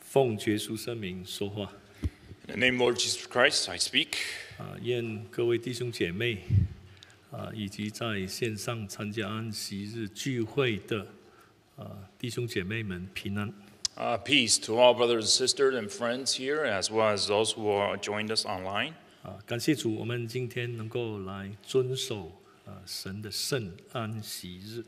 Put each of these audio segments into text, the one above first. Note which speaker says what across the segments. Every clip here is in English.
Speaker 1: 奉耶稣圣名说话
Speaker 2: In the name of Lord Jesus Christ, I speak.
Speaker 1: 啊，愿各位弟兄姐妹啊，以及在线上参加安息日聚会的啊弟兄姐妹们平安。
Speaker 2: Uh, peace to all brothers and sisters and friends here, as well as those who are joined us online.
Speaker 1: 啊，感谢主，我们今天能够来遵守啊神的圣安息日。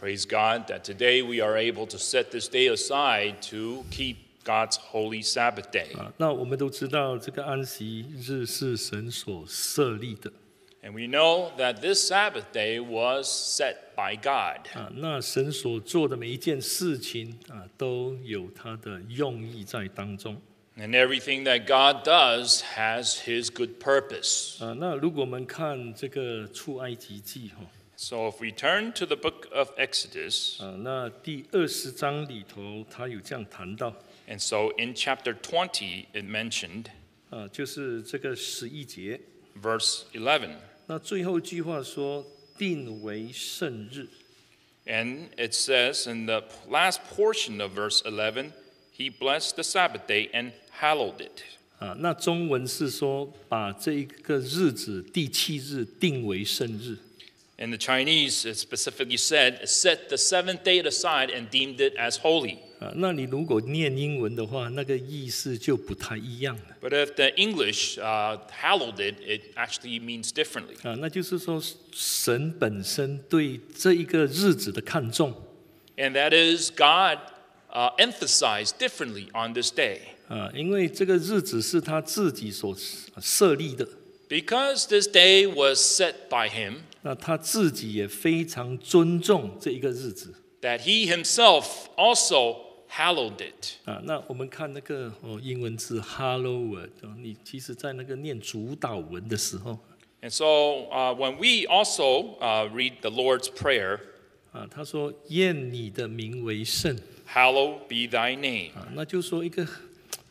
Speaker 2: Praise God that today we are able to set this day aside to keep God's holy Sabbath day.
Speaker 1: 啊，那我们都知道这个安息日是神所设立的
Speaker 2: And we know that this Sabbath day was set by God.
Speaker 1: 啊，那神所做的每一件事情啊，都有它的用意在当中。
Speaker 2: And everything that God does has his good purpose.
Speaker 1: 啊，那如果我们看这个出埃及记哈，
Speaker 2: So if we turn to the book of Exodus,
Speaker 1: 啊，那第二十章里头，他有这样谈到，
Speaker 2: and so in chapter 20, it mentioned
Speaker 1: 啊，就是这个十一节，
Speaker 2: verse 11.
Speaker 1: 那最后一句话说定为圣日，
Speaker 2: And it says in the last portion of verse 11, he blessed the Sabbath day and hallowed it.
Speaker 1: 啊，那中文是说把这一个日子第七日定为圣日，
Speaker 2: In the Chinese, it specifically said, set the seventh day aside and deemed it as holy.
Speaker 1: 啊，那你如果念英文的话，那个意思就不太一样了，
Speaker 2: But if the English uh, hallowed it, it actually means differently.
Speaker 1: 啊，那就是说神本身对这一个日子的看重，
Speaker 2: And that is, God uh, emphasized differently on this day.
Speaker 1: 啊，因为这个日子是他自己所设立的，
Speaker 2: Because this day was set by him,
Speaker 1: 那他自己也非常尊重这一个日子
Speaker 2: that he himself also hallowed it.
Speaker 1: 啊。那我们看那个哦，英文字 “hallowed”，哦你其实在那个念主导文的时候
Speaker 2: And so uh, when we also uh, read the Lord's Prayer,
Speaker 1: 啊，他说“愿你的名为圣
Speaker 2: hallow be thy name. ”
Speaker 1: 啊，那就说一个。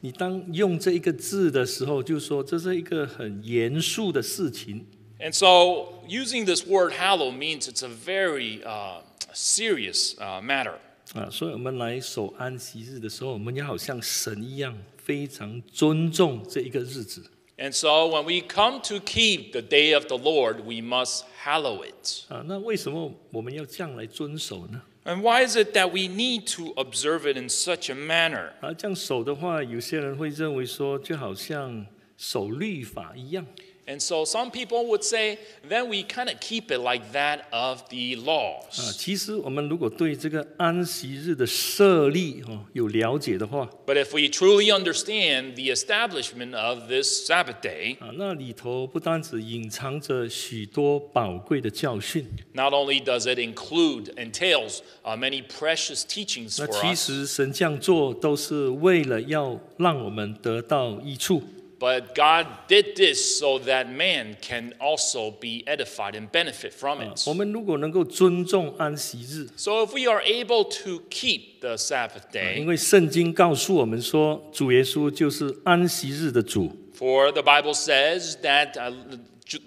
Speaker 1: 你当用这一个字的时候，就说这是一个很严肃的事情
Speaker 2: And so using this word hallow means it's a very uh, serious uh, matter.
Speaker 1: 啊，所以我们来守安息日的时候，我们要好像神一样，非常尊重这一个日子。
Speaker 2: And so when we come to keep the day of the Lord, we must hallow it.
Speaker 1: 啊，那为什么我们要这样来遵守呢？
Speaker 2: And why is it that we need to observe it in such a manner?
Speaker 1: 啊，这样守的话，有些人会认为说，就好像守律法一样
Speaker 2: And so some people would say, then we kind of keep it like that of the
Speaker 1: 啊
Speaker 2: laws.。
Speaker 1: 其实我们如果对这个安息日的设立哦有了解的话
Speaker 2: But if we truly understand the establishment of this Sabbath day,
Speaker 1: 啊，那里头不单只隐藏着许多宝贵的教训，
Speaker 2: not only does it include, entails uh, many precious teachings
Speaker 1: 那
Speaker 2: for
Speaker 1: 其
Speaker 2: us,
Speaker 1: 实神这样做都是为了要让我们得到益处
Speaker 2: but God did this so that man can also be edified and benefit from
Speaker 1: 啊
Speaker 2: it.。
Speaker 1: 我们如果能够尊重安息日，
Speaker 2: So if we are able to keep the Sabbath
Speaker 1: 因
Speaker 2: day,
Speaker 1: 为圣经告诉我们说，主耶稣就是安息日的主。
Speaker 2: for the Bible says that uh,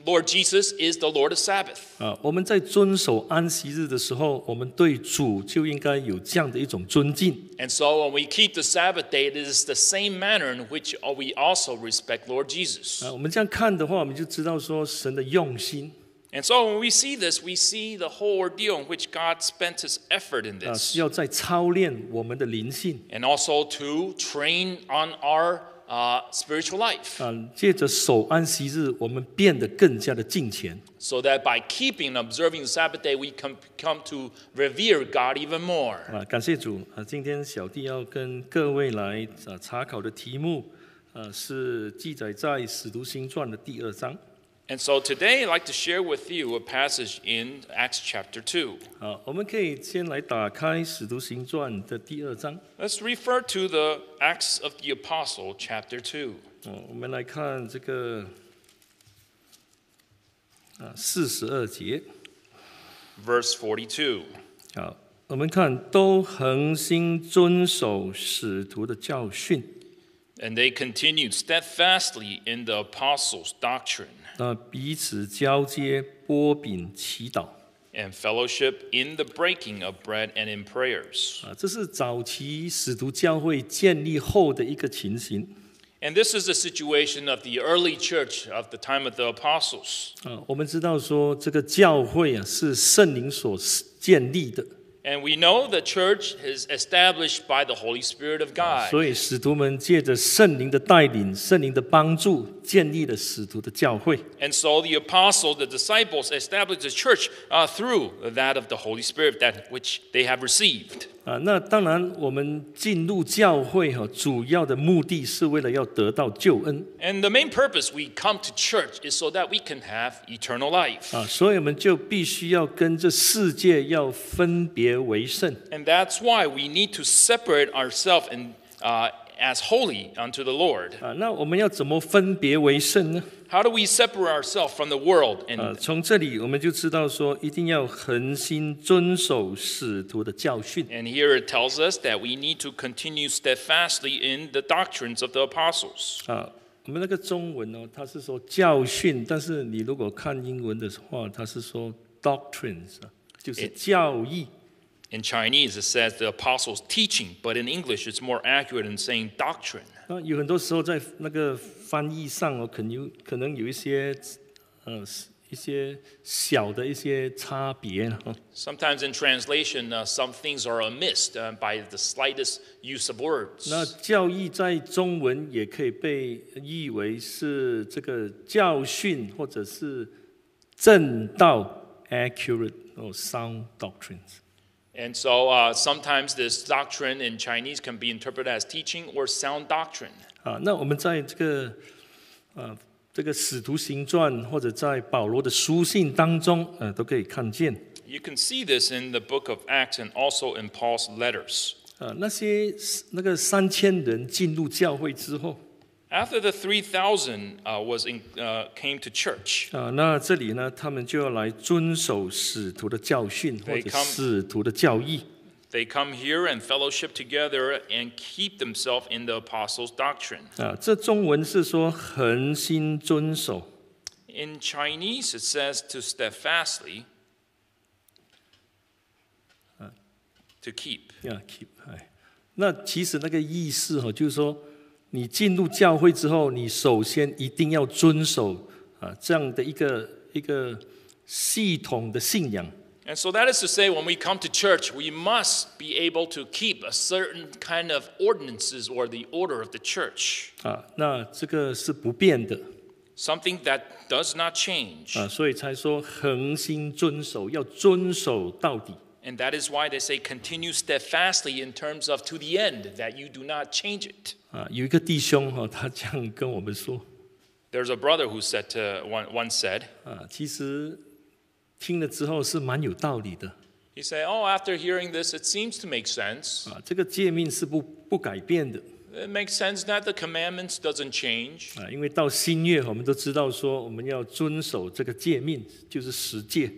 Speaker 2: Lord Jesus is the Lord of Sabbath.
Speaker 1: 啊，我们在遵守安息日的时候，我们对主就应该有这样的一种尊敬
Speaker 2: And so when we keep the Sabbath day, it is the same manner in which uh, we also respect Lord Jesus.
Speaker 1: 啊。我们这样看的话，我们就知道说神的用心
Speaker 2: And so when we see this, we see the whole ordeal in which God spent his effort in
Speaker 1: 啊，
Speaker 2: this.
Speaker 1: 是要在操练我们的灵性
Speaker 2: And also to train on our uh, spiritual life.
Speaker 1: 啊，借着守安息日，我们变得更加的敬虔
Speaker 2: So that by keeping and observing the Sabbath day, we com- come to revere God even more.
Speaker 1: 啊。感谢主啊！今天小弟要跟各位来啊查考的题目啊，是记载在《使徒行传》的第二章
Speaker 2: And so today, I'd like to share with you a passage in Acts chapter 2.
Speaker 1: 啊。我们可以先来打开《使徒行传》的第二章。
Speaker 2: Let's refer to the Acts of the Apostle chapter 2.
Speaker 1: 哦，我们来看这个啊四十二节
Speaker 2: verse 42.
Speaker 1: 好，我们看都恒心遵守使徒的教训，
Speaker 2: And they continued steadfastly in
Speaker 1: 啊
Speaker 2: the apostles' doctrine,
Speaker 1: 那彼此交接、波饼、祈祷。
Speaker 2: and fellowship in the breaking of bread and in prayers.
Speaker 1: 啊，这是早期使徒教会建立后的一个情形
Speaker 2: And this is the situation of the early church of the time of the apostles.
Speaker 1: 啊。我们知道说，这个教会啊是圣灵所建立的，
Speaker 2: And we know the church is established by the Holy Spirit of God.
Speaker 1: 所以使徒们借着圣灵的带领、圣灵的帮助，建立了使徒的教会。
Speaker 2: And so the apostle, the disciples, established the church uh, through that of the Holy Spirit, that which they have received.
Speaker 1: 啊，那当然，我们进入教会哈、主要的目的是为了要得到救恩
Speaker 2: And the main purpose we come to church is so that we can have eternal life.
Speaker 1: 啊，所以我们就必须要跟这世界要分别为圣
Speaker 2: And that's why we need to separate ourselves and uh, as holy unto the Lord.
Speaker 1: 啊。那我们要怎么分别为圣呢？
Speaker 2: How do we separate ourselves from the world?
Speaker 1: 啊，
Speaker 2: And,
Speaker 1: 从这里我们就知道说，一定要恒心遵守使徒的教训
Speaker 2: and here it tells us that we need to continue steadfastly in the doctrines of the apostles.
Speaker 1: 啊。我们那个中文哦，它是说教训，但是你如果看英文的话，它是说 doctrines，啊就是教义。
Speaker 2: In Chinese, it says the apostles' teaching, but in English, it's more accurate in saying doctrine.
Speaker 1: 那有很多时候在那个翻译上哦，可能有可能有一些呃一些小的一些差别啊哦哈。
Speaker 2: Sometimes in translation, uh, some things are amiss uh, by the slightest use of words.
Speaker 1: 那教义在中文也可以被译为是这个教训或者是正道 （accurate or sound doctrines）。
Speaker 2: And so uh, sometimes this doctrine in Chinese can be interpreted as teaching or sound doctrine.
Speaker 1: 啊，那我们在这个呃这个使徒行传或者在保罗的书信当中，呃都可以看见。
Speaker 2: You can see this in the book of Acts and also in Paul's letters.
Speaker 1: 呃，那些那个三千人进入教会之后，
Speaker 2: After the 3,000 uh, was in, uh, came to church,
Speaker 1: 啊，那这里呢，他们就要来遵守使徒的教训或
Speaker 2: They
Speaker 1: 者
Speaker 2: come-
Speaker 1: 使徒的教义。
Speaker 2: they come here and fellowship together and keep themselves in the apostles' doctrine.
Speaker 1: 啊，这中文是说恒心遵守
Speaker 2: In Chinese, it says to steadfastly, uh, to keep.
Speaker 1: 啊，keep。哎，那其实那个意思哈、哦，就是说你进入教会之后，你首先一定要遵守啊这样的一个一个系统的信仰。
Speaker 2: And so that is to say, when we come to church, we must be able to keep a certain kind of ordinances or the order of the church,
Speaker 1: 啊，那这个是不变的
Speaker 2: something that does not change.
Speaker 1: 啊，所以才说恒心遵守，要遵守到底。
Speaker 2: And that is why they say continue steadfastly in terms of to the end, that you do not change it.
Speaker 1: 啊，有一个弟兄哈、他这样跟我们说
Speaker 2: There's a brother who said to, one, once said,
Speaker 1: 啊，其实听了之后是蛮有道理的
Speaker 2: he said, Oh, after hearing this, it seems to make sense.
Speaker 1: 啊，这个诫命是不不改变的
Speaker 2: It makes sense that the commandments doesn't change.
Speaker 1: 啊，因为到新月我们都知道说我们要遵守这个诫命，就是十诫。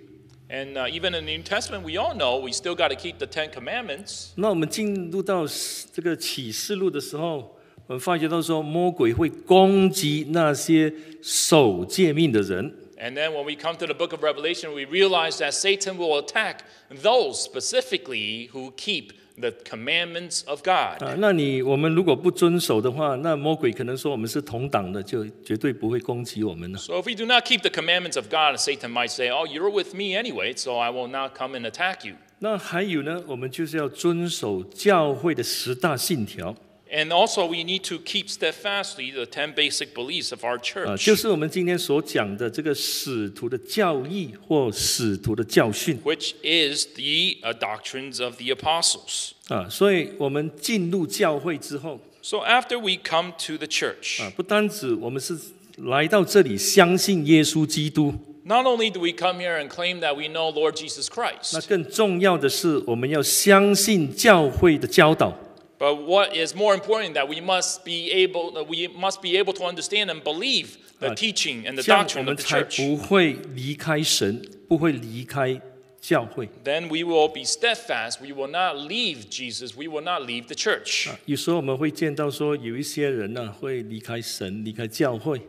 Speaker 2: And uh, even in the New Testament, we all know we still got to keep the Ten Commandments.
Speaker 1: 那我们进入到这个启示录的时候，我们发觉到说魔鬼会攻击那些守诫命的人。
Speaker 2: And then when we come to the book of Revelation, we realize that Satan will attack those specifically who keep the commandments of God.
Speaker 1: 啊，那你我们如果不遵守的话，那魔鬼可能说我们是同党的，就绝对不会攻击我们了。
Speaker 2: So if we do not keep the commandments of God, Satan might say, Oh, you're with me anyway, so I will not come and attack you.
Speaker 1: 那还有呢，我们就是要遵守教会的十大信条
Speaker 2: And also, we need to keep steadfastly the 10 basic beliefs of our
Speaker 1: 啊，
Speaker 2: church,
Speaker 1: 就是我们今天所讲的这个使徒的教义或使徒的教训
Speaker 2: which is the uh, doctrines of the apostles.
Speaker 1: 啊。所以，我们进入教会之后
Speaker 2: So after we come to the church,
Speaker 1: 啊，不单指我们是来到这里相信耶稣基督，
Speaker 2: not only do we come here and claim that we know Lord Jesus
Speaker 1: 那
Speaker 2: Christ,
Speaker 1: 更重要的是，我们要相信教会的教导
Speaker 2: But what is more important that we must be able that we must be able to understand and believe the
Speaker 1: Uh,
Speaker 2: teaching and the
Speaker 1: 这样我
Speaker 2: doctrine
Speaker 1: 们
Speaker 2: of the
Speaker 1: 才
Speaker 2: church.
Speaker 1: 不会离开神，不会离开教会。
Speaker 2: Then we will be steadfast. We will not leave Jesus. We will not leave the
Speaker 1: 啊 Ah.
Speaker 2: church.
Speaker 1: 有时候我们会见到说，有一些人呢、会离开神、离开教会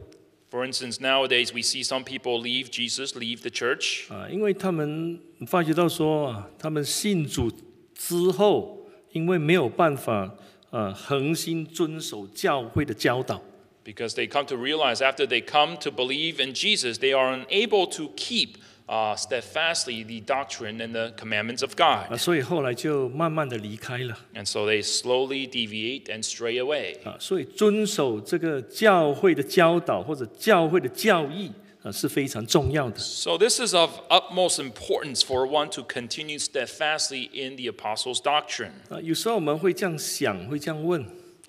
Speaker 2: For instance, nowadays we see some people leave Jesus, leave the church,
Speaker 1: 啊，因为他们发觉到说啊，他们信主之后，因为没有办法呃恒心遵守教会的教导，
Speaker 2: because they come to realize after they come to believe in Jesus, they are unable to keep uh, steadfastly the doctrine and the commandments of
Speaker 1: 啊，
Speaker 2: God.
Speaker 1: 所以后来就慢慢的离开了
Speaker 2: And so they slowly deviate and stray away.
Speaker 1: 啊，所以遵守这个教会的教导或者教会的教义啊是非常重要的。
Speaker 2: So, this is of utmost importance for one to continue steadfastly in the apostles' doctrine.
Speaker 1: 啊，有时候我们会这样想，会这样问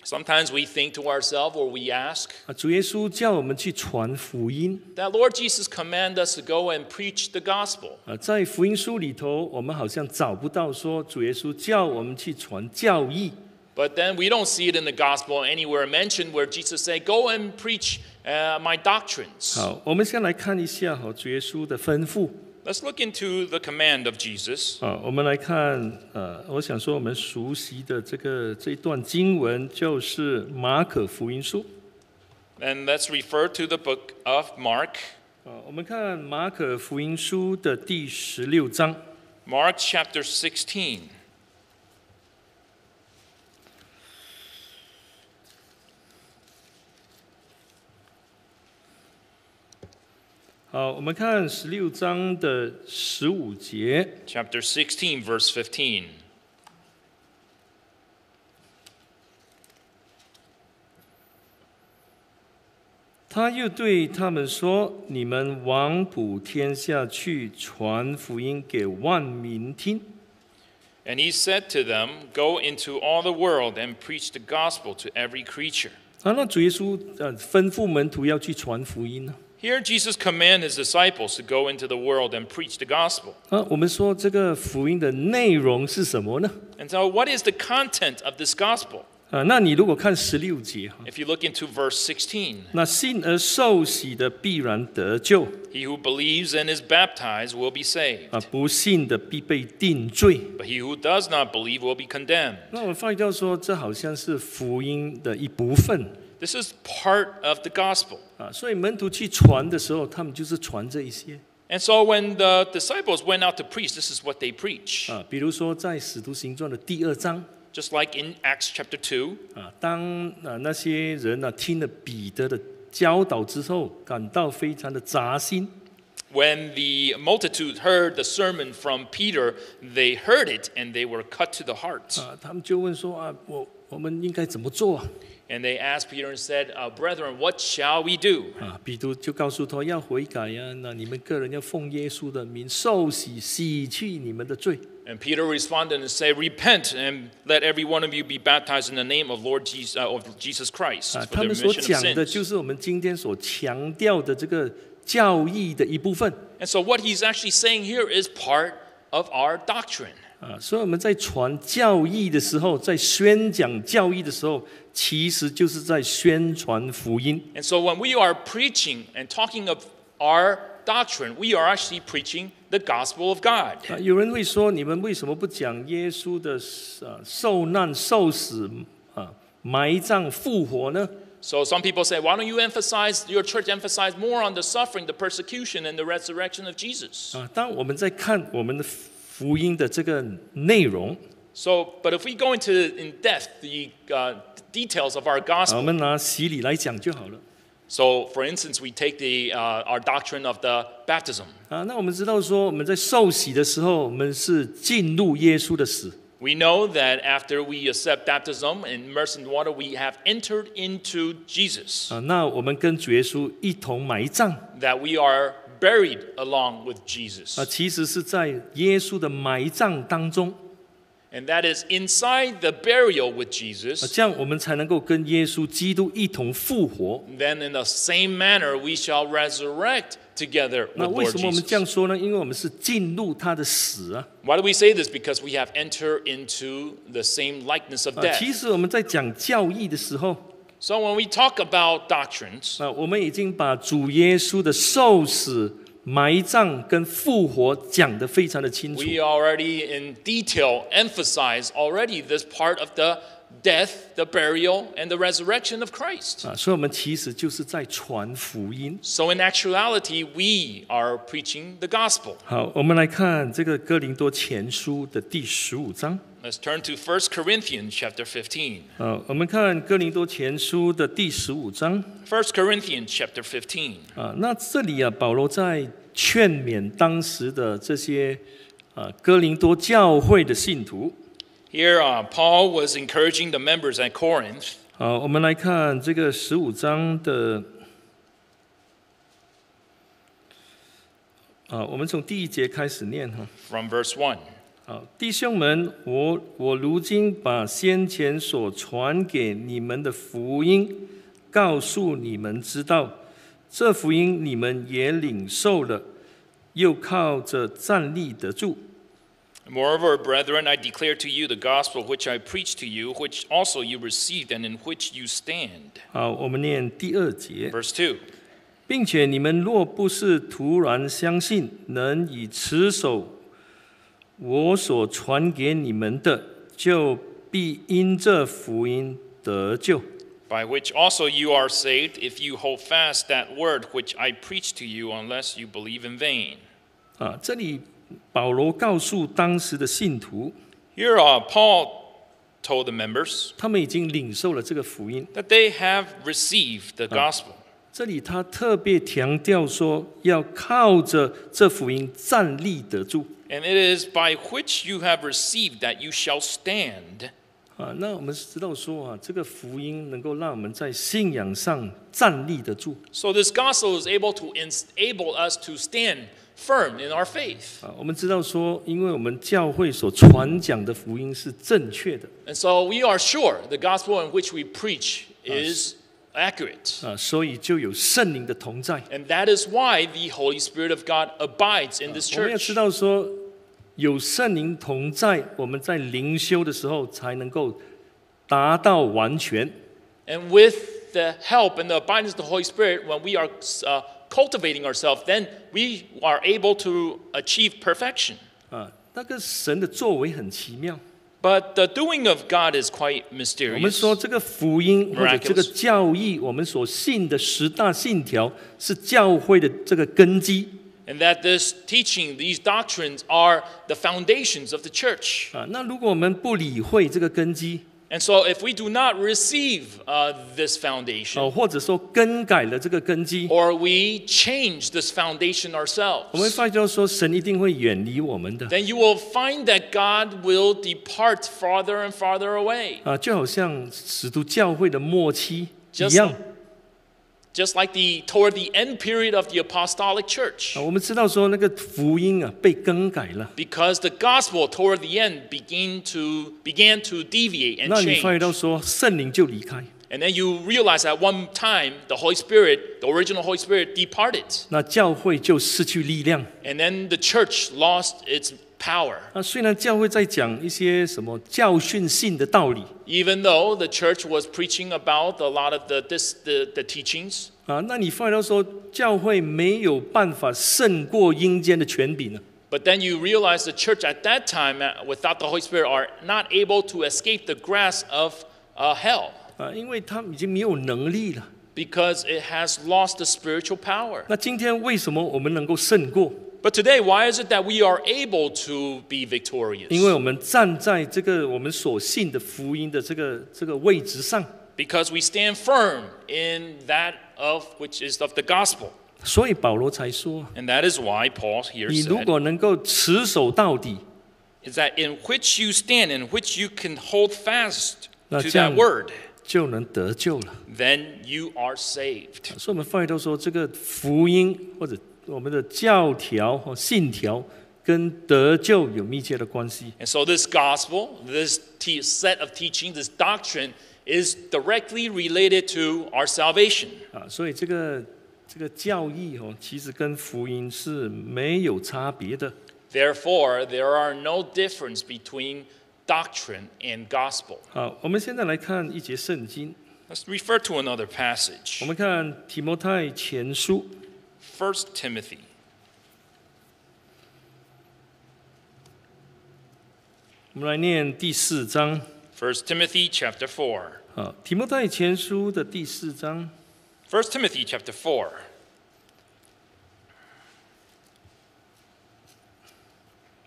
Speaker 2: Sometimes we think to ourselves or we ask
Speaker 1: 啊，主耶稣叫我们去传福音
Speaker 2: that Lord Jesus command us to go and preach the gospel.
Speaker 1: 啊，在福音书里头，我们好像找不到说主耶稣叫我们去传教义。
Speaker 2: But then we don't see it in the gospel anywhere mentioned where Jesus said, Go and preach uh, my doctrines.
Speaker 1: 好，啊我们先来看一下哈主耶稣的吩咐
Speaker 2: Let's look into the command of Jesus.
Speaker 1: 啊，我们来看呃，我想说我们熟悉的这个这一段经文就是马可福音书
Speaker 2: And let's refer to the book of Mark,
Speaker 1: 啊，我们看马可福音书的第十六章
Speaker 2: Mark chapter 16.
Speaker 1: 好，啊我们看十六章的十五节
Speaker 2: Chapter 16, verse 15.
Speaker 1: 他又对他们说：“你们往普天下去，传福音给万民听。
Speaker 2: And he said to them, Go into all the world and preach the gospel to every creature. ”
Speaker 1: 啊，那主耶稣呃吩咐门徒要去传福音呢、
Speaker 2: Here Jesus commanded his disciples to go into the world and preach the gospel.
Speaker 1: 啊，我们说这个福音的内容是什么呢？
Speaker 2: And so, what is the content of this gospel?
Speaker 1: 啊，那你如果看十六节哈，
Speaker 2: If you look into verse 16,
Speaker 1: 那信而受洗的必然得救，
Speaker 2: he who believes and is baptized will be saved,
Speaker 1: 啊，不信的必被定罪。
Speaker 2: but he who does not believe will be condemned.
Speaker 1: 那我们发觉到说，这好像是福音的一部分
Speaker 2: This is part of the gospel.
Speaker 1: 啊，所以门徒去传的时候，他们就是传这一些
Speaker 2: And so, when the disciples went out to preach, this is what they preach.
Speaker 1: 啊，比如说在《使徒行传》的第二章
Speaker 2: Just like in Acts chapter 2,
Speaker 1: 啊，当啊那些人呢、听了彼得的教导之后，感到非常的扎心
Speaker 2: when the multitude heard the sermon from Peter, they heard it and they were cut to the heart.
Speaker 1: 啊，他们就问说啊，我我们应该怎么做啊？
Speaker 2: And they asked Peter and said, uh, Brethren, what shall we do?
Speaker 1: 啊，彼得就告诉他要悔改呀、那你们个人要奉耶稣的名受洗，洗去你们的罪。
Speaker 2: And Peter responded and said, Repent and let every one of you be baptized in the name of Lord Jesus, uh, of Jesus Christ
Speaker 1: 啊，
Speaker 2: for
Speaker 1: 他
Speaker 2: the
Speaker 1: 们所
Speaker 2: remission of
Speaker 1: 讲的就
Speaker 2: sins.
Speaker 1: 是我们今天所强调的这个教义的一部分
Speaker 2: And so what he's actually saying here is part of our doctrine.
Speaker 1: 啊。所以我们在传教义的时候，在宣讲教义的时候，其实就是在宣传福音
Speaker 2: And so when we are preaching and talking of our doctrine, we are actually preaching the gospel of God.
Speaker 1: 啊。有人会说，你们为什么不讲耶稣的啊受难、受死啊、埋葬、复活呢？
Speaker 2: So some people say, Why don't you emphasize, your church emphasize more on the suffering, the persecution, and the resurrection of Jesus?
Speaker 1: 啊，当我们在看我们的福音的这个内容，
Speaker 2: So, but if we go into in depth the uh, details of our
Speaker 1: 啊，
Speaker 2: gospel,
Speaker 1: 我们拿洗礼来讲就好了。
Speaker 2: So, for instance, we take the, uh, our doctrine of the baptism.
Speaker 1: 啊，那我们知道说我们在受洗的时候，我们是进入耶稣的死。
Speaker 2: We know that after we accept baptism and immerse in water, we have entered into Jesus,
Speaker 1: 啊，那我们跟主耶稣一同埋葬。
Speaker 2: that we are buried along with Jesus.
Speaker 1: 啊，其实是在耶稣的埋葬当中，
Speaker 2: And that is inside the burial with
Speaker 1: 啊，
Speaker 2: Jesus.
Speaker 1: 这样我们才能够跟耶稣基督一同复活。
Speaker 2: Then, in the same manner, we shall resurrect together
Speaker 1: 那
Speaker 2: with
Speaker 1: 为
Speaker 2: Lord
Speaker 1: 什么我们这样
Speaker 2: Jesus.
Speaker 1: 说呢？因为我们是进入他的死啊。
Speaker 2: Why do we say this? Because we have entered into the same likeness of
Speaker 1: 啊，
Speaker 2: death.
Speaker 1: 其实我们在讲教义的时候，啊
Speaker 2: So, when we talk about doctrines,
Speaker 1: 啊，我们已经把主耶稣的受死、埋葬跟复活讲得非常的清楚。
Speaker 2: We already in detail emphasize already this part of the death, the burial, and the resurrection of Christ.
Speaker 1: 啊，所以我们其实就是在传福音。
Speaker 2: So in actuality, we are preaching the gospel.
Speaker 1: 好，我们来看这个哥林多前书的第十五章。
Speaker 2: Let's turn to 1 Corinthians chapter 15.
Speaker 1: 啊，我们看哥林多前书的第十五章。
Speaker 2: 1 Corinthians chapter 15.
Speaker 1: 啊，那这里啊，保罗在劝勉当时的这些啊哥林多教会的信徒。
Speaker 2: Here, uh, Paul was encouraging the members at Corinth.
Speaker 1: 好，啊我们来看这个十五章的。啊，我们从第一节开始念哈。
Speaker 2: from verse 1.
Speaker 1: 好，弟兄们，我我如今把先前所传给你们的福音告诉你们知道，这福音你们也领受了，又靠着站立得住。
Speaker 2: Moreover, brethren, I declare to you the gospel which I preached to you, which also you received and in which you stand.
Speaker 1: 好，我们念第二节，
Speaker 2: Verse 2.
Speaker 1: 并且你们若不是突然相信，能以持守我所传给你们的，就必因这福音得救。
Speaker 2: By which also you are saved, if you hold fast that word which I preached to you, unless you believe in vain.
Speaker 1: 啊，这里保罗告诉当时的信徒，
Speaker 2: Here, uh, Paul told the members
Speaker 1: 他们已经领受了这个福音。
Speaker 2: that they have received the gospel.
Speaker 1: 这里他特别强调说，要靠着这福音站立得住。
Speaker 2: And it is by which you have received that you shall stand.
Speaker 1: 啊，那我们知道说啊，这个福音能够让我们在信仰上站立得住
Speaker 2: So this gospel is able to enable us to stand firm in our faith.
Speaker 1: 啊。我们知道说，因为我们教会所传讲的福音是正确的
Speaker 2: And so we are sure the gospel in which we preach is accurate.
Speaker 1: 啊，所以就有圣灵的同在。
Speaker 2: And that is why the Holy Spirit of God abides in this
Speaker 1: 我们要
Speaker 2: church.
Speaker 1: 知道说，有圣灵同在，我们在灵修的时候才能够达到完全。
Speaker 2: And with the help and the abidance of the Holy Spirit, when we are uh, cultivating ourselves, then we are able to achieve perfection.
Speaker 1: 啊，那个神的作为很奇妙。
Speaker 2: But the doing of God is quite
Speaker 1: 我们
Speaker 2: mysterious.
Speaker 1: 说这个福音
Speaker 2: Miraculous
Speaker 1: 或者这个教义，我们所信的十大信条是教会的这个根基
Speaker 2: And that this teaching, these doctrines are the foundations of the church.
Speaker 1: 啊。那如果我们不理会这个根基，
Speaker 2: And so, if we do not receive uh, this foundation,
Speaker 1: 哦、或者说更改了这个根基，
Speaker 2: or we change this foundation
Speaker 1: 我们会
Speaker 2: ourselves,
Speaker 1: 发觉说神一定会远离我们的
Speaker 2: then you will find that God will depart farther and farther away.
Speaker 1: 啊，就好像使徒教会的末期一
Speaker 2: Just
Speaker 1: 样。
Speaker 2: Just like the toward the end period of the apostolic church,
Speaker 1: 啊，我们知道说那个福音啊被更改了，
Speaker 2: because the gospel toward the end began to began to deviate and
Speaker 1: 那你发觉到
Speaker 2: change.
Speaker 1: 说圣灵就离开，
Speaker 2: And then you realize at one time the Holy Spirit, the original Holy Spirit, departed,
Speaker 1: 那教会就失去力量。
Speaker 2: and then the church lost its power.
Speaker 1: 那虽然教会在讲一些什么教训性的道理
Speaker 2: Even though the church was preaching about a lot of the this, the, the teachings,
Speaker 1: 啊，那你发觉到说教会没有办法胜过阴间的权柄啊。
Speaker 2: But then you realize the church at that time, uh, without the Holy Spirit, are not able to escape the grasp of uh, hell
Speaker 1: 啊，因为他们已经没有能力了。
Speaker 2: because it has lost the spiritual power.
Speaker 1: 那今天为什么我们能够胜过？
Speaker 2: But today, why is it that we are able to be victorious?
Speaker 1: 因为我们站在这个我们所信的福音的这个这个位置上，
Speaker 2: Because we stand firm in that of which is of the gospel.
Speaker 1: 所以保罗才说，
Speaker 2: And that is why Paul here
Speaker 1: 你如
Speaker 2: said
Speaker 1: 果能够持守到底，
Speaker 2: is that in which you stand, in which you can hold fast
Speaker 1: Na
Speaker 2: to
Speaker 1: jiang-
Speaker 2: that word,
Speaker 1: 就能得救了。
Speaker 2: then you are saved.
Speaker 1: 所以我们发现到说，这个福音或者我们的教条和信条跟得救有密切的关系。
Speaker 2: And so, this gospel, this te- set of teaching, this doctrine is directly related to our salvation.
Speaker 1: 啊，所以这个这个教义哦，其实跟福音是没有差别的。
Speaker 2: Therefore, there are no difference between doctrine and gospel.
Speaker 1: 好，我们现在来看一节圣经，
Speaker 2: Let's refer to
Speaker 1: 我
Speaker 2: another passage
Speaker 1: 们看提摩太前书
Speaker 2: First Timothy
Speaker 1: 我们来念第四章
Speaker 2: 1 Timothy chapter 4.
Speaker 1: 啊，提摩太前书的第四章
Speaker 2: 1 Timothy chapter 4.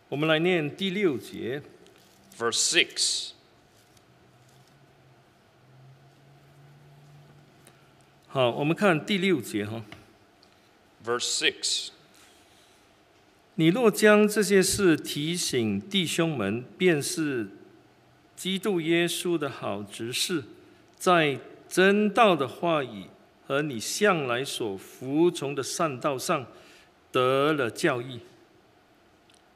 Speaker 1: 我们来念第六节。
Speaker 2: verse 6.
Speaker 1: 好，我们看第六节哈。
Speaker 2: Verse 6.
Speaker 1: 你若将这些事提醒弟兄们，便是基督耶稣的好执事，在真道的话语和你向来所服从的善道上得了教益。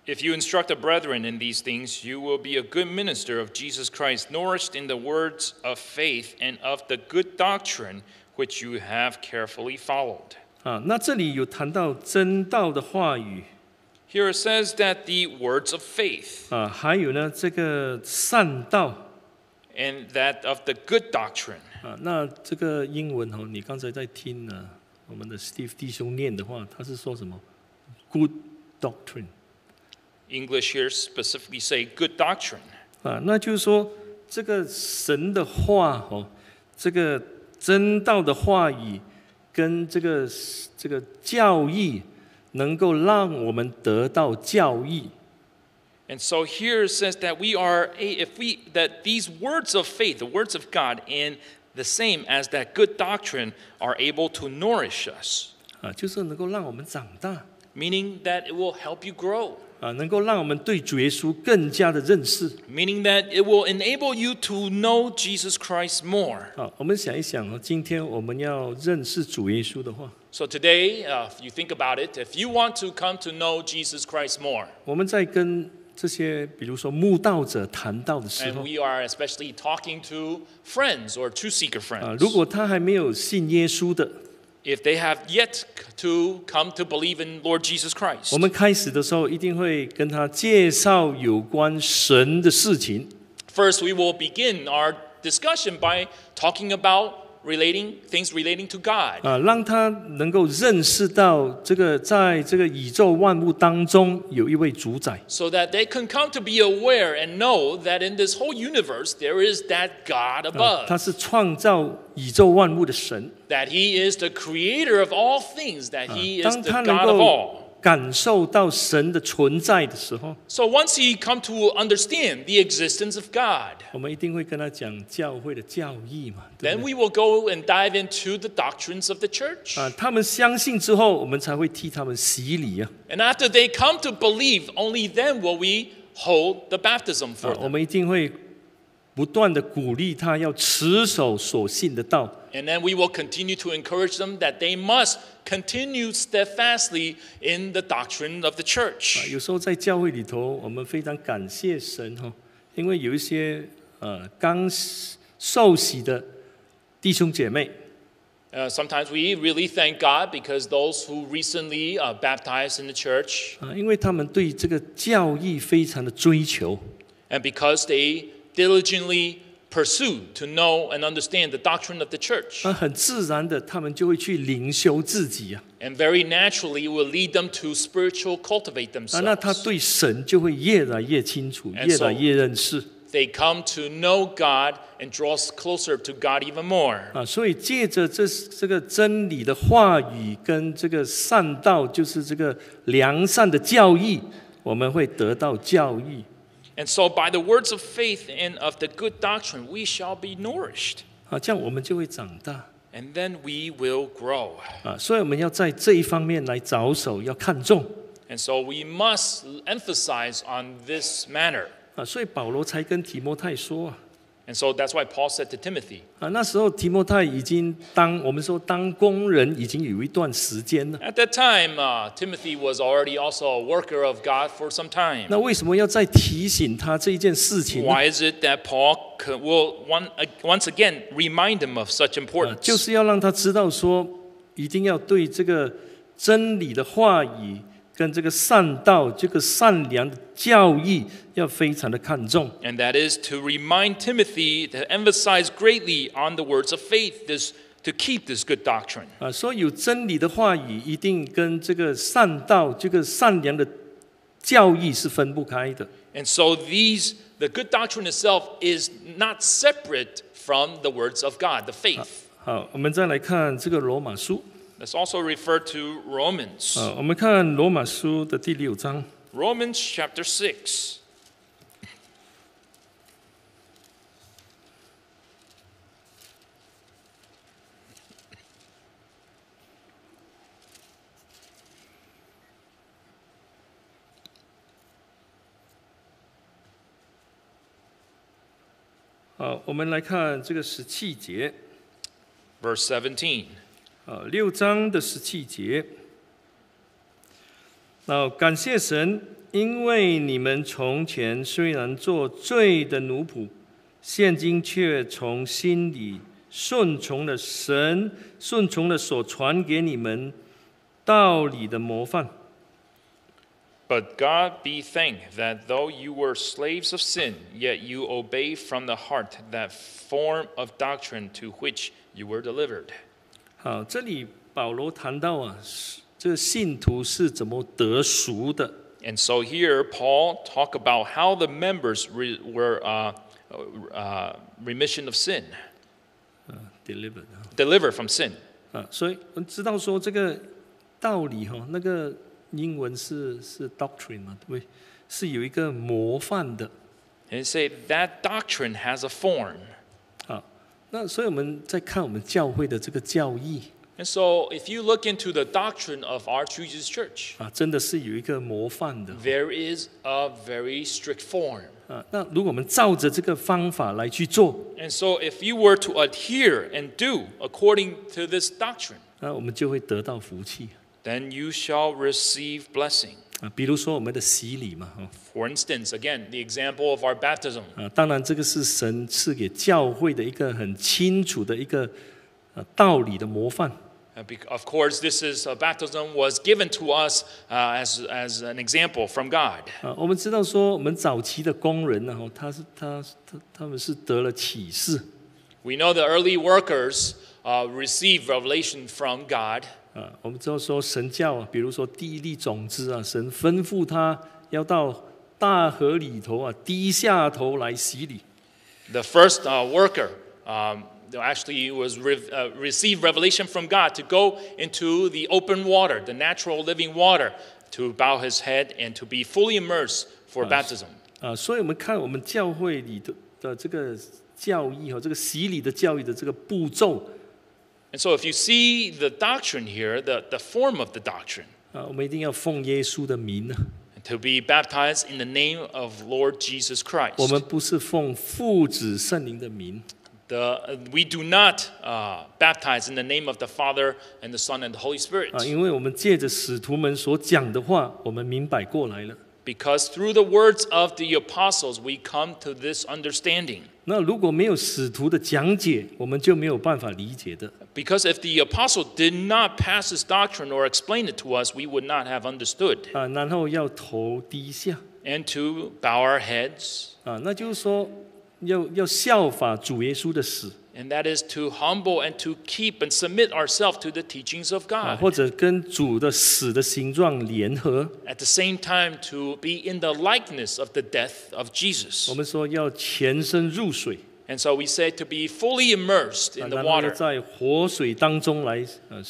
Speaker 2: If you instruct the brethren in these things, you will be a good minister of Jesus Christ, nourished in the words of faith and of the good doctrine which you have carefully followed.
Speaker 1: 啊，那这里有谈到真道的话语
Speaker 2: Here it says that the words of faith
Speaker 1: 啊，还有呢这个善道
Speaker 2: and that of the good doctrine.
Speaker 1: 啊，那这个英文哦，你刚才在听呢、我们的 Steve 弟兄念的话，他是说什么？Good doctrine。
Speaker 2: English here specifically say good doctrine.
Speaker 1: 啊，那就是说这个神的话哦，这个真道的话语跟这个这个教义，能够让我们得到教义
Speaker 2: And so here it says that we are a, if we that these words of faith, the words of God, and the same as that good doctrine are able to nourish us,
Speaker 1: 啊，就是能够让我们长大
Speaker 2: meaning that it will help you grow,
Speaker 1: 啊，能够让我们对主耶稣更加的认识
Speaker 2: meaning that it will enable you to know Jesus Christ more.
Speaker 1: 啊。我们想一想哦，今天我们要认识主耶稣的话，
Speaker 2: So today, uh, if you think about it, if you want to come to know Jesus Christ more,
Speaker 1: 我们在跟这些比如说慕道者谈到的时
Speaker 2: and
Speaker 1: 候
Speaker 2: we are especially talking to friends or true seeker
Speaker 1: 啊，
Speaker 2: friends,
Speaker 1: 如果他还没有信耶稣的。
Speaker 2: if they have yet to come to believe in Lord Jesus Christ.
Speaker 1: 我们开始的时候一定会跟他介绍有关神的事情
Speaker 2: First, we will begin our discussion by talking about relating things relating to God,
Speaker 1: 啊，让他能够认识到这个在这个宇宙万物当中有一位主宰
Speaker 2: so that they can come to be aware and know that in this whole universe there is that God
Speaker 1: 啊，
Speaker 2: above,
Speaker 1: 他是创造宇宙万物的神。啊
Speaker 2: that He is the Creator of all things, that He is
Speaker 1: 当
Speaker 2: the
Speaker 1: 他能
Speaker 2: God of
Speaker 1: 够
Speaker 2: all.
Speaker 1: 感受到神的存在的时候，
Speaker 2: So once he come to understand the existence of God,
Speaker 1: 我们一定会跟他讲教会的教义嘛，对
Speaker 2: then
Speaker 1: 不对？
Speaker 2: we will go and dive into the doctrines of the church.
Speaker 1: 啊，他们相信之后，我们才会替他们洗礼啊！
Speaker 2: And after they come to believe, only then will we hold the baptism
Speaker 1: 啊
Speaker 2: for，them.
Speaker 1: 我们一定会不断的鼓励他要持守所信的道。
Speaker 2: And then we will continue to encourage them that they must continue steadfastly in the doctrine of the
Speaker 1: 啊，
Speaker 2: church.
Speaker 1: 有时候在教会里头，我们非常感谢神哦，因为有一些呃刚受洗的弟兄姐妹
Speaker 2: Uh, sometimes we really thank God because those who recently uh, baptized in the church
Speaker 1: 啊、因为他们对这个教义非常的追求
Speaker 2: and because they diligently pursue to know and understand the doctrine of the church,
Speaker 1: 啊，很自然的，他们就会去灵修自己啊，
Speaker 2: and very naturally will lead them to spiritual cultivate
Speaker 1: 啊，那他
Speaker 2: themselves.
Speaker 1: 对神就会越来越清楚，
Speaker 2: And
Speaker 1: 越来越认识
Speaker 2: They come to know God and draw closer to God even more.
Speaker 1: 啊，所以借着这这个真理的话语跟这个善道，就是这个良善的教义，我们会得到教义。
Speaker 2: And so, by the words of faith and of the good doctrine, we shall be nourished,
Speaker 1: 啊，这样我们就会长大
Speaker 2: and then we will grow.
Speaker 1: 啊，所以我们要在这一方面来着手，要看重
Speaker 2: And so, we must emphasize on this matter.
Speaker 1: 啊，所以保罗才跟提摩太说啊，
Speaker 2: And so, that's why Paul said to Timothy,
Speaker 1: 啊，那时候提摩太已经当我们说当工人已经有一段时间了，
Speaker 2: at that time, uh, Timothy was already also a worker of God for some time.
Speaker 1: 那为什么要再提醒他这一件事情呢？
Speaker 2: Why is it that Paul co- will one, uh, once again remind him of such
Speaker 1: 啊，就
Speaker 2: importance?
Speaker 1: 是要让他知道说，一定要对这个真理的话语跟这个善道、这个善良的教义要非常的看重。
Speaker 2: And that is to remind Timothy to emphasize greatly on the words of faith, this, to keep this good doctrine.
Speaker 1: 啊，说有真理的话语，一定跟这个善道、这个善良的教义是分不开的。
Speaker 2: And so these The good doctrine itself is not separate from the words of God, the faith.
Speaker 1: 好，我们再来看这个罗马书
Speaker 2: Let's also refer to Romans.
Speaker 1: 啊，我们看罗马书的第六章
Speaker 2: Romans chapter 6.
Speaker 1: 啊，我们来看这个十七节
Speaker 2: Verse 17.
Speaker 1: 啊，六章的十七节。那感谢神，因为你们从前虽然做罪的奴仆，现今却从心里顺从了神，顺从了所传给你们道理的模范。
Speaker 2: But God be thanked that though you were slaves of sin, yet you obey from the heart that form of doctrine to which you were delivered.
Speaker 1: 好，这里保罗谈到啊，是这个信徒是怎么得赎的
Speaker 2: And so here, Paul talk about how the members re- were uh, uh, remission of sin,
Speaker 1: delivered 啊
Speaker 2: delivered from sin.
Speaker 1: 啊，所以我们知道说这个道理哈、那个英文是是 doctrine 嘛，对不对？是有一个模范的
Speaker 2: And say that doctrine has a form.
Speaker 1: 啊。那所以我们在看我们教会的这个教义
Speaker 2: And so if you look into the doctrine of our True Jesus Church,
Speaker 1: 啊，真的是有一个模范的
Speaker 2: there is a very strict form.
Speaker 1: 啊。那如果我们照着这个方法来去做，
Speaker 2: And so if you were to adhere and do according to this doctrine,
Speaker 1: 那啊我们就会得到福气
Speaker 2: then you shall receive blessing.
Speaker 1: 啊。比如说我们的洗礼嘛，哈、
Speaker 2: For instance, again, the example of our baptism.
Speaker 1: 啊，当然这个是神赐给教会的一个很清楚的一个呃道理的模范。
Speaker 2: Uh, bec- Of course, this is uh, baptism was given to us uh, as, as an example from God.
Speaker 1: 啊，我们知道说我们早期的工人呢，哦他是他他他们是得了启示
Speaker 2: We know the early workers uh, received revelation from God.
Speaker 1: 啊。我们知道说神教啊，比如说第一粒种子啊，神吩咐他要到大河里头啊，低下头来洗礼
Speaker 2: The first uh, worker um, actually was re- uh, received revelation from God to go into the open water, the natural living water, to bow his head and to be fully immersed for baptism.
Speaker 1: 啊。所以我们看我们教会里的的这个教义和、这个洗礼的教义的这个步骤
Speaker 2: And so, if you see the doctrine here, the, the form of the doctrine,
Speaker 1: 啊，我们一定要奉耶稣的名啊呢、
Speaker 2: to be baptized in the name of Lord Jesus Christ.
Speaker 1: 我们不是奉父子圣灵的名
Speaker 2: The, uh, we do not uh, baptize in the name of the Father and the Son and the Holy Spirit.
Speaker 1: 啊，因为我们借着使徒们所讲的话，我们明白过来了。
Speaker 2: Because through the words of the apostles, we come to this understanding.
Speaker 1: 那如果没有使徒的讲解，我们就没有办法理解的。
Speaker 2: Because if the apostle did not pass this doctrine or explain it to us, we would not have understood.
Speaker 1: 啊，然后要头低下
Speaker 2: And to bow our heads,
Speaker 1: 啊，那就是说要要效法主耶稣的死
Speaker 2: and that is to humble and to keep and submit ourselves to the teachings of
Speaker 1: 啊，
Speaker 2: God.
Speaker 1: 或者跟主的死的形状联合。
Speaker 2: At the same time, to be in the likeness of the death of Jesus.
Speaker 1: 我们说要全身入水，
Speaker 2: And so we say to be fully immersed
Speaker 1: 啊、
Speaker 2: in the
Speaker 1: 然后
Speaker 2: water.
Speaker 1: 在活水当中来呃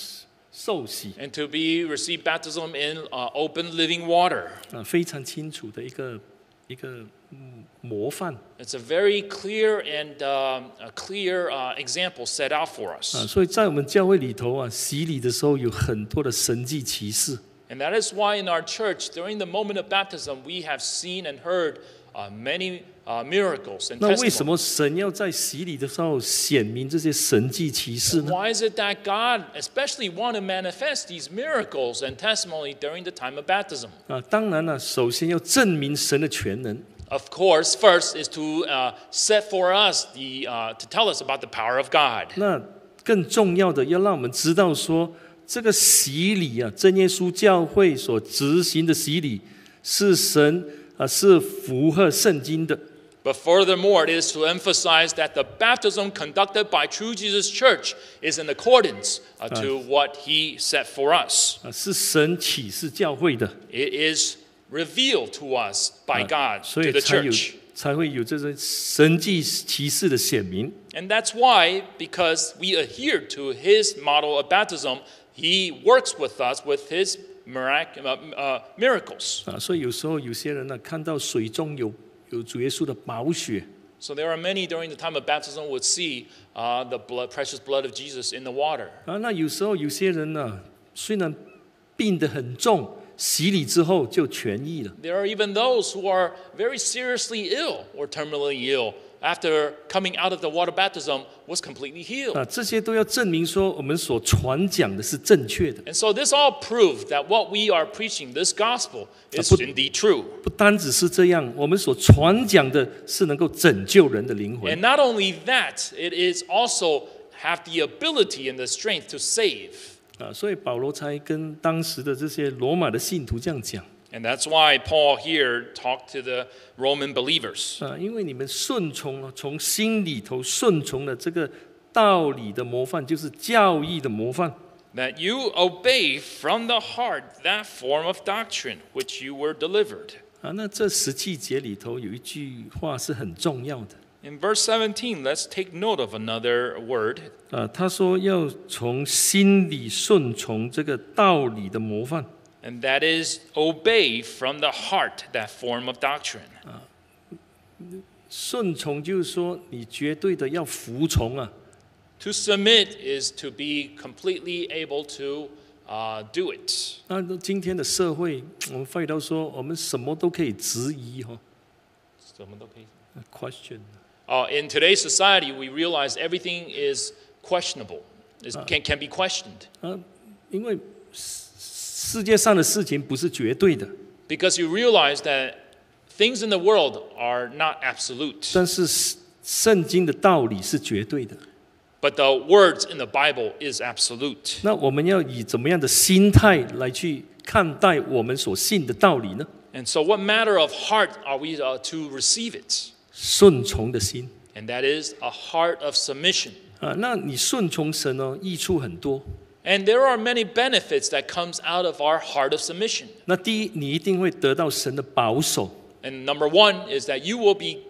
Speaker 1: 受洗
Speaker 2: and to be receive baptism in uh, open living water.
Speaker 1: 啊，非常清楚的一个一个嗯模范
Speaker 2: It's a very clear and um, a clear uh, example set out for
Speaker 1: 啊，
Speaker 2: us,
Speaker 1: 所以在我们教会里头啊，洗礼的时候有很多的神迹奇事。
Speaker 2: and that is why in our church during the moment of baptism we have seen and heard uh, many uh, miracles and
Speaker 1: 那为什
Speaker 2: testimonies.
Speaker 1: 么神要在洗礼的时候显明这些神迹奇事呢？
Speaker 2: Why is it that God especially want to manifest these miracles and testimony during the time of baptism?
Speaker 1: 啊，当然了，首先要证明神的全能
Speaker 2: Of course, first is to uh, set for us the uh, to tell us about the power of God.
Speaker 1: 那更重要的要让我们知道说，这个洗礼啊，真耶稣教会所执行的洗礼是神啊，是符合圣经的
Speaker 2: But furthermore, it is to emphasize that the baptism conducted by True Jesus Church is in accordance uh, to what He set for us.
Speaker 1: 啊，是神启示教会的，
Speaker 2: It is revealed to us by God
Speaker 1: 所以
Speaker 2: to the
Speaker 1: 才有
Speaker 2: church.
Speaker 1: 才会有这些神迹奇事的显明。
Speaker 2: And that's why, because we adhere to his model of baptism, he works with us with his mirac- uh, uh, miracles.
Speaker 1: 啊，所以有时候有些人呢，看到水中有有主耶稣的宝血，
Speaker 2: So there are many during the time of baptism would see uh, the blood, precious blood of Jesus in the water.
Speaker 1: 啊，那有时候有些人呢，虽然病得很重，洗礼之后就痊愈了，
Speaker 2: There are even those who are very seriously ill or terminally ill after coming out of the water baptism was completely healed.
Speaker 1: 啊，这些都要证明说我们所传讲的是正确的，
Speaker 2: And so this all proved that what we are preaching, this gospel, is
Speaker 1: Uh, but-
Speaker 2: indeed true.
Speaker 1: 不单只是这样，我们所传讲的是能够拯救人的灵魂
Speaker 2: And。not only that, it is also have the ability and the strength to save.
Speaker 1: 啊，所以保罗才跟当时的这些罗马的信徒这样讲
Speaker 2: And that's why Paul here talked to the Roman believers.
Speaker 1: 啊，因为你们顺从了，从心里头顺从了这个道理的模范，就是教义的模范
Speaker 2: That you obey from the heart that form of doctrine which you were delivered.
Speaker 1: 啊。那这十七节里头有一句话是很重要的
Speaker 2: In verse 17, let's take note of another word.
Speaker 1: 啊，他说要从心里顺从这个道理的模范。
Speaker 2: And that is obey from the heart that form of doctrine.
Speaker 1: 顺从就是说你绝对的要服从啊
Speaker 2: To submit is to be completely able to uh, do it.
Speaker 1: 那今天的社会，我们发觉到说，我们什么都可以质疑哈、啊 question。
Speaker 2: Uh, in today's society, we realize everything is questionable, is, can, can be questioned.
Speaker 1: 啊因为世世界上的事情不是绝对的，
Speaker 2: Because you realize that things in the world are not absolute,
Speaker 1: 但是圣圣经的道理是绝对的。
Speaker 2: but the words in the Bible is absolute.
Speaker 1: 那我们要以怎么样的心态来去看待我们所信的道理呢？
Speaker 2: And so, what matter of heart are we uh, to receive it?
Speaker 1: 顺从的心
Speaker 2: And that is a heart of submission.
Speaker 1: 啊，那你顺从神哦，益处很多。
Speaker 2: And there are many benefits that comes out of our heart of submission.
Speaker 1: 那第一，你一定会得到神的保守
Speaker 2: And number one is that you will be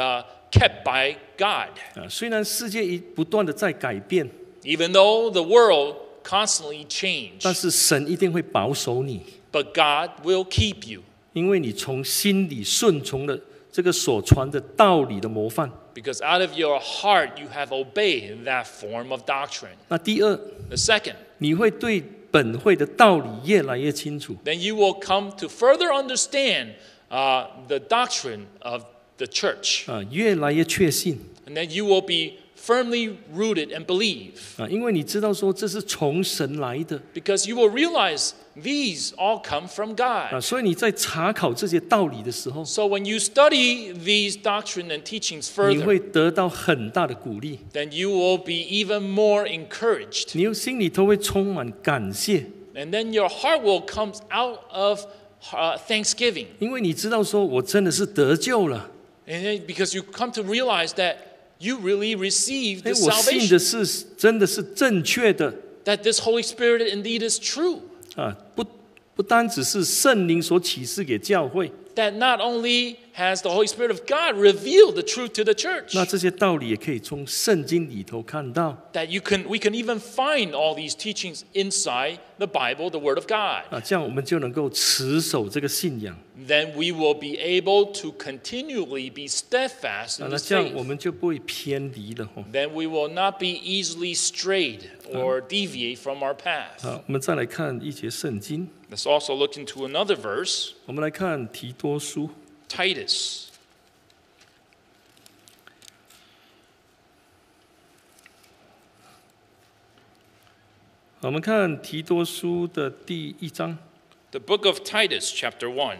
Speaker 2: uh, kept by God.
Speaker 1: 啊。虽然世界一不断的在改变，
Speaker 2: Even though the world constantly change,
Speaker 1: 但是神一定会保守你，
Speaker 2: but God will keep you
Speaker 1: 因为你从心里顺从了这个所传的道理的模范。
Speaker 2: because out of your heart you have obeyed that form of doctrine.
Speaker 1: 那第二，
Speaker 2: The second,
Speaker 1: 你会对本会的道理越来越清楚
Speaker 2: then you will come to further understand uh, the doctrine of the church,
Speaker 1: 啊，越来越确信
Speaker 2: and then you will be firmly rooted and believe
Speaker 1: 啊，因为你知道说这是从神来的
Speaker 2: because you will realize these all come from
Speaker 1: 啊，
Speaker 2: God.
Speaker 1: 所以你在查考这些道理的时候，
Speaker 2: So when you study these doctrine and teachings
Speaker 1: 你
Speaker 2: further,
Speaker 1: 会得到很大的鼓励，
Speaker 2: then you will be even more encouraged.
Speaker 1: 你又心里头会充满感谢，
Speaker 2: And then your heart will come out of uh, thanksgiving.
Speaker 1: 因为你知道说我真的是得救了，
Speaker 2: And then because you come to realize that you really received
Speaker 1: 哎，
Speaker 2: the
Speaker 1: 我信的
Speaker 2: salvation,
Speaker 1: 是真的是正确的
Speaker 2: that this Holy Spirit indeed is true.
Speaker 1: 啊，不不单只是圣灵所启示给教会，
Speaker 2: That not only has the Holy Spirit of God revealed the truth to the church,
Speaker 1: 那这些道理也可以从圣经里头看到。
Speaker 2: that you can we can even find all these teachings inside the Bible, the Word of God.
Speaker 1: 啊，这样我们就能够持守这个信仰。
Speaker 2: Then we will be able to continually be steadfast
Speaker 1: 啊
Speaker 2: in，
Speaker 1: 那
Speaker 2: this
Speaker 1: 这样
Speaker 2: faith.
Speaker 1: 我们就不会偏离了哈。
Speaker 2: then we will not be easily strayed or deviate from our path.
Speaker 1: 好，我们再来看一节圣经，
Speaker 2: Let's also look into another verse,
Speaker 1: 我们来看提多书
Speaker 2: Titus.
Speaker 1: 好。我们看提多书的第一章
Speaker 2: The book of Titus, chapter 1.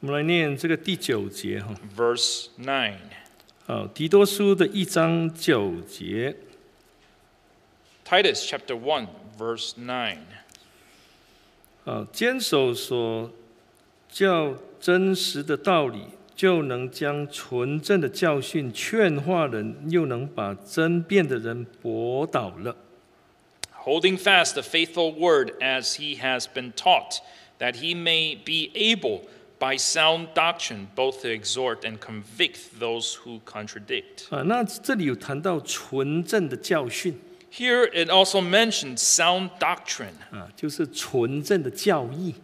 Speaker 1: 我们来念这个第九节哈。
Speaker 2: verse 9.
Speaker 1: 好，呃提多书的一章九节，
Speaker 2: Titus chapter 1, verse 9.
Speaker 1: 啊，坚守所教真实的道理，就能将纯正的教训劝化人，又能把争辩的人驳倒了。
Speaker 2: holding fast the faithful word as he has been taught, that he may be able by sound doctrine both to exhort and convict those who contradict.
Speaker 1: 啊。那这里有谈到纯正的教训
Speaker 2: Here it also mentions sound doctrine.
Speaker 1: 啊，就是纯正的教义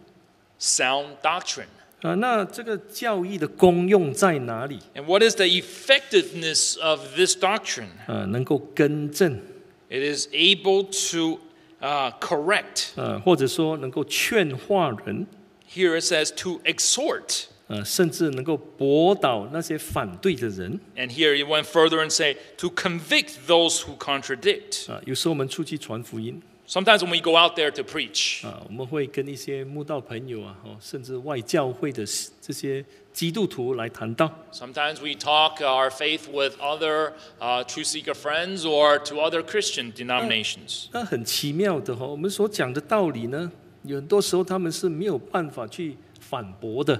Speaker 2: Sound doctrine.
Speaker 1: 啊。那这个教义的功用在哪里
Speaker 2: And what is the effectiveness of this doctrine?
Speaker 1: 啊？能够更正
Speaker 2: It is able to uh, correct.
Speaker 1: 啊，或者说能够劝化人
Speaker 2: Here it says to exhort.
Speaker 1: 啊，甚至能够驳倒那些反对的人
Speaker 2: And here it went further and say to convict those who contradict.
Speaker 1: 啊。有时候我们出去传福音
Speaker 2: Sometimes when we go out there to preach,
Speaker 1: 啊，我们会跟一些慕道朋友啊，哦，甚至外教会的这些基督徒来谈道。
Speaker 2: sometimes we talk our faith with other uh, true seeker friends or to other Christian denominations.
Speaker 1: 那很奇妙的哈、哦，我们所讲的道理呢，有很多时候他们是没有办法去反驳的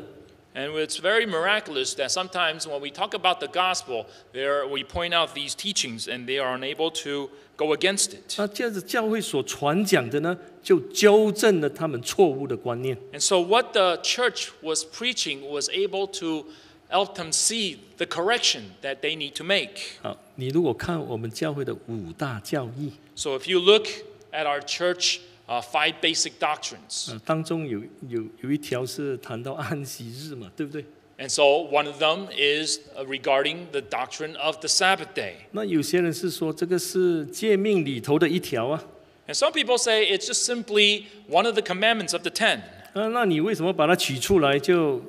Speaker 2: And it's very miraculous that sometimes when we talk about the gospel, there we point out these teachings and they are unable to go against it.
Speaker 1: 那这样子教会所传讲的呢，就纠正了他们错误的观念。
Speaker 2: And so what the church was preaching was able to help them see the correction that they need to make.
Speaker 1: 好，你如果看我们教会的五大教义，
Speaker 2: So if you look at our church uh, five basic doctrines,
Speaker 1: 呃，当中有有有一条是谈到安息日嘛，对不对？
Speaker 2: and so one of them is uh, regarding the doctrine of the Sabbath day.
Speaker 1: 那有些人是说这个是诫命里头的一条啊，
Speaker 2: And some people say it's just simply one of the commandments of the ten.
Speaker 1: 啊，那你为什么把它取出来就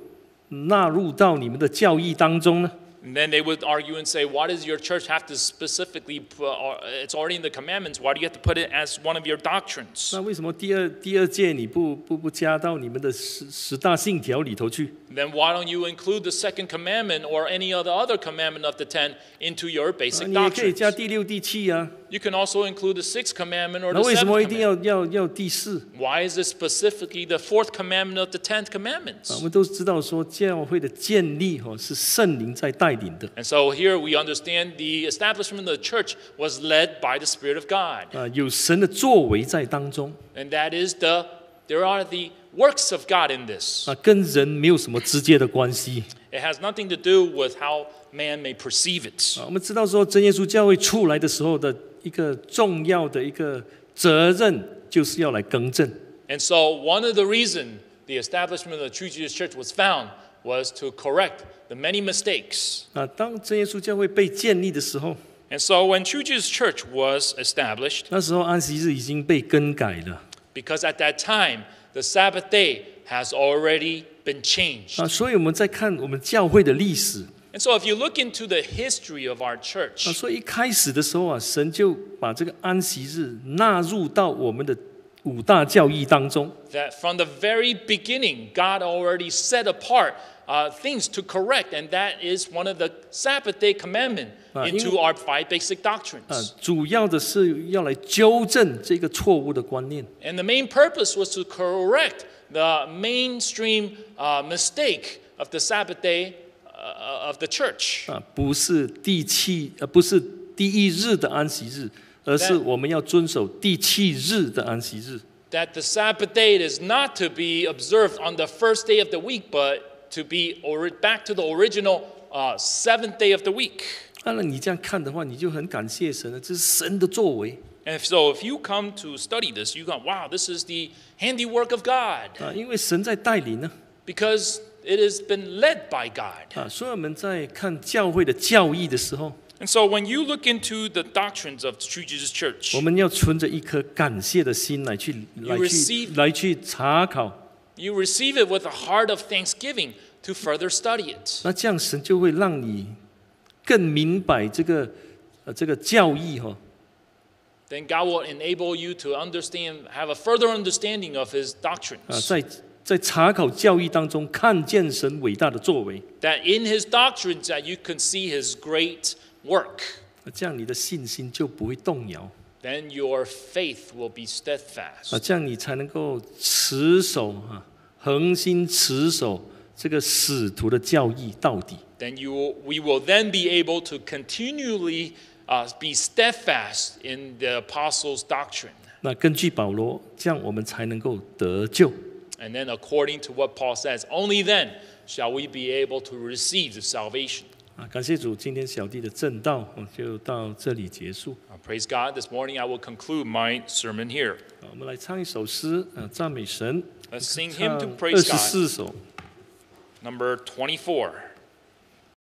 Speaker 1: 纳入到你们的教义当中呢？
Speaker 2: And then they would argue and say, why does your church have to specifically, put, uh, it's already in the commandments, why do you have to put it as one of your doctrines?
Speaker 1: 那为什么第二第二届你不不不加到你们的十十大信条里头去？
Speaker 2: Then why don't you include the second commandment or any other other commandment of the ten into your
Speaker 1: 啊
Speaker 2: basic
Speaker 1: 你也可以加
Speaker 2: doctrines?
Speaker 1: 第六、第七啊。
Speaker 2: You can also include the sixth commandment
Speaker 1: 那
Speaker 2: or the
Speaker 1: 为什
Speaker 2: seventh
Speaker 1: 么一定
Speaker 2: commandment.
Speaker 1: 要要要第四？
Speaker 2: Why is it specifically the fourth commandment of the
Speaker 1: 啊，
Speaker 2: tenth
Speaker 1: 我
Speaker 2: commandments?
Speaker 1: 们都知道说教会的建立哦是圣灵在带领的
Speaker 2: And so here we understand the establishment of the church was led by the Spirit of God.
Speaker 1: 啊，有神的作为在当中
Speaker 2: And that is the, there are the works of God in this.
Speaker 1: 啊，跟人没有什么直接的关系
Speaker 2: It has nothing to do with how man may perceive it.
Speaker 1: 啊。我们知道说真耶稣教会出来的时候的一个重要的一个责任，就是要来更正
Speaker 2: And so one of the reason the establishment of the True Jesus Church was found was to correct the many mistakes.
Speaker 1: 啊。当真耶稣教会被建立的时候，
Speaker 2: And so when True Jesus Church was established,
Speaker 1: 那时候安息日已经被更改了。
Speaker 2: because at that time the Sabbath day has already been changed.
Speaker 1: 啊，所以我们在看我们教会的历史
Speaker 2: And so if you look into the history of our
Speaker 1: 啊，
Speaker 2: church,
Speaker 1: 所以一开始的时候啊，神就把这个安息日纳入到我们的五大教义当中
Speaker 2: that from the very beginning God already set apart uh, things to correct, and that is one of the Sabbath day commandment
Speaker 1: Ah,
Speaker 2: into
Speaker 1: you-
Speaker 2: our five basic
Speaker 1: 啊
Speaker 2: doctrines.，
Speaker 1: 主要的是要来纠正这个错误的观念
Speaker 2: And the main purpose was to correct the mainstream uh, mistake of the Sabbath day uh, of the church.
Speaker 1: 啊，不是第七呃，不是第一日的安息日，而是
Speaker 2: That-
Speaker 1: 我们要遵守第七日的安息日
Speaker 2: That the Sabbath day is not to be observed on the first day of the week, but to be or- back to the original uh, seventh day of the week.
Speaker 1: 当然，你这样看的话，你就很感谢神了，这是神的作为
Speaker 2: And if so, if you come to study this, you go, wow, this is the handiwork of God
Speaker 1: 啊，因为神在带领呢
Speaker 2: because it has been led by God.
Speaker 1: 啊，所以我们在看教会的教义的时候。
Speaker 2: And so when you look into the doctrines of the True Jesus Church,
Speaker 1: 我们要存着一颗感谢的心来去来去
Speaker 2: receive-
Speaker 1: 来去查考，
Speaker 2: You receive it with a heart of thanksgiving to further study it.
Speaker 1: 那这样神就会让你更明白这个呃这个教义哈、哦。
Speaker 2: Then God will enable you to understand, have a further understanding of His
Speaker 1: 啊，
Speaker 2: doctrines.
Speaker 1: 在在查考教义当中看见神伟大的作为，
Speaker 2: That in His doctrines that you can see His great work.
Speaker 1: 那这样你的信心就不会动摇
Speaker 2: Then your faith will be
Speaker 1: 啊，
Speaker 2: steadfast.
Speaker 1: 这样你才能够持守啊，恒心持守这个使徒的教义到底。
Speaker 2: Then you will, we will then be able to continually uh, be steadfast in the apostles' doctrine.
Speaker 1: 那那根据保罗，这样我们才能够得救。
Speaker 2: And then, according to what Paul says, only then shall we be able to receive the salvation.
Speaker 1: 啊，感谢主，今天小弟的正道我就到这里结束。
Speaker 2: Uh, praise God. This morning I will conclude my sermon here.
Speaker 1: 啊我们来唱一首诗，啊，赞美神，
Speaker 2: Let's sing
Speaker 1: 唱
Speaker 2: hymn to
Speaker 1: 二
Speaker 2: praise
Speaker 1: 十
Speaker 2: God.
Speaker 1: 四首。
Speaker 2: Number 24.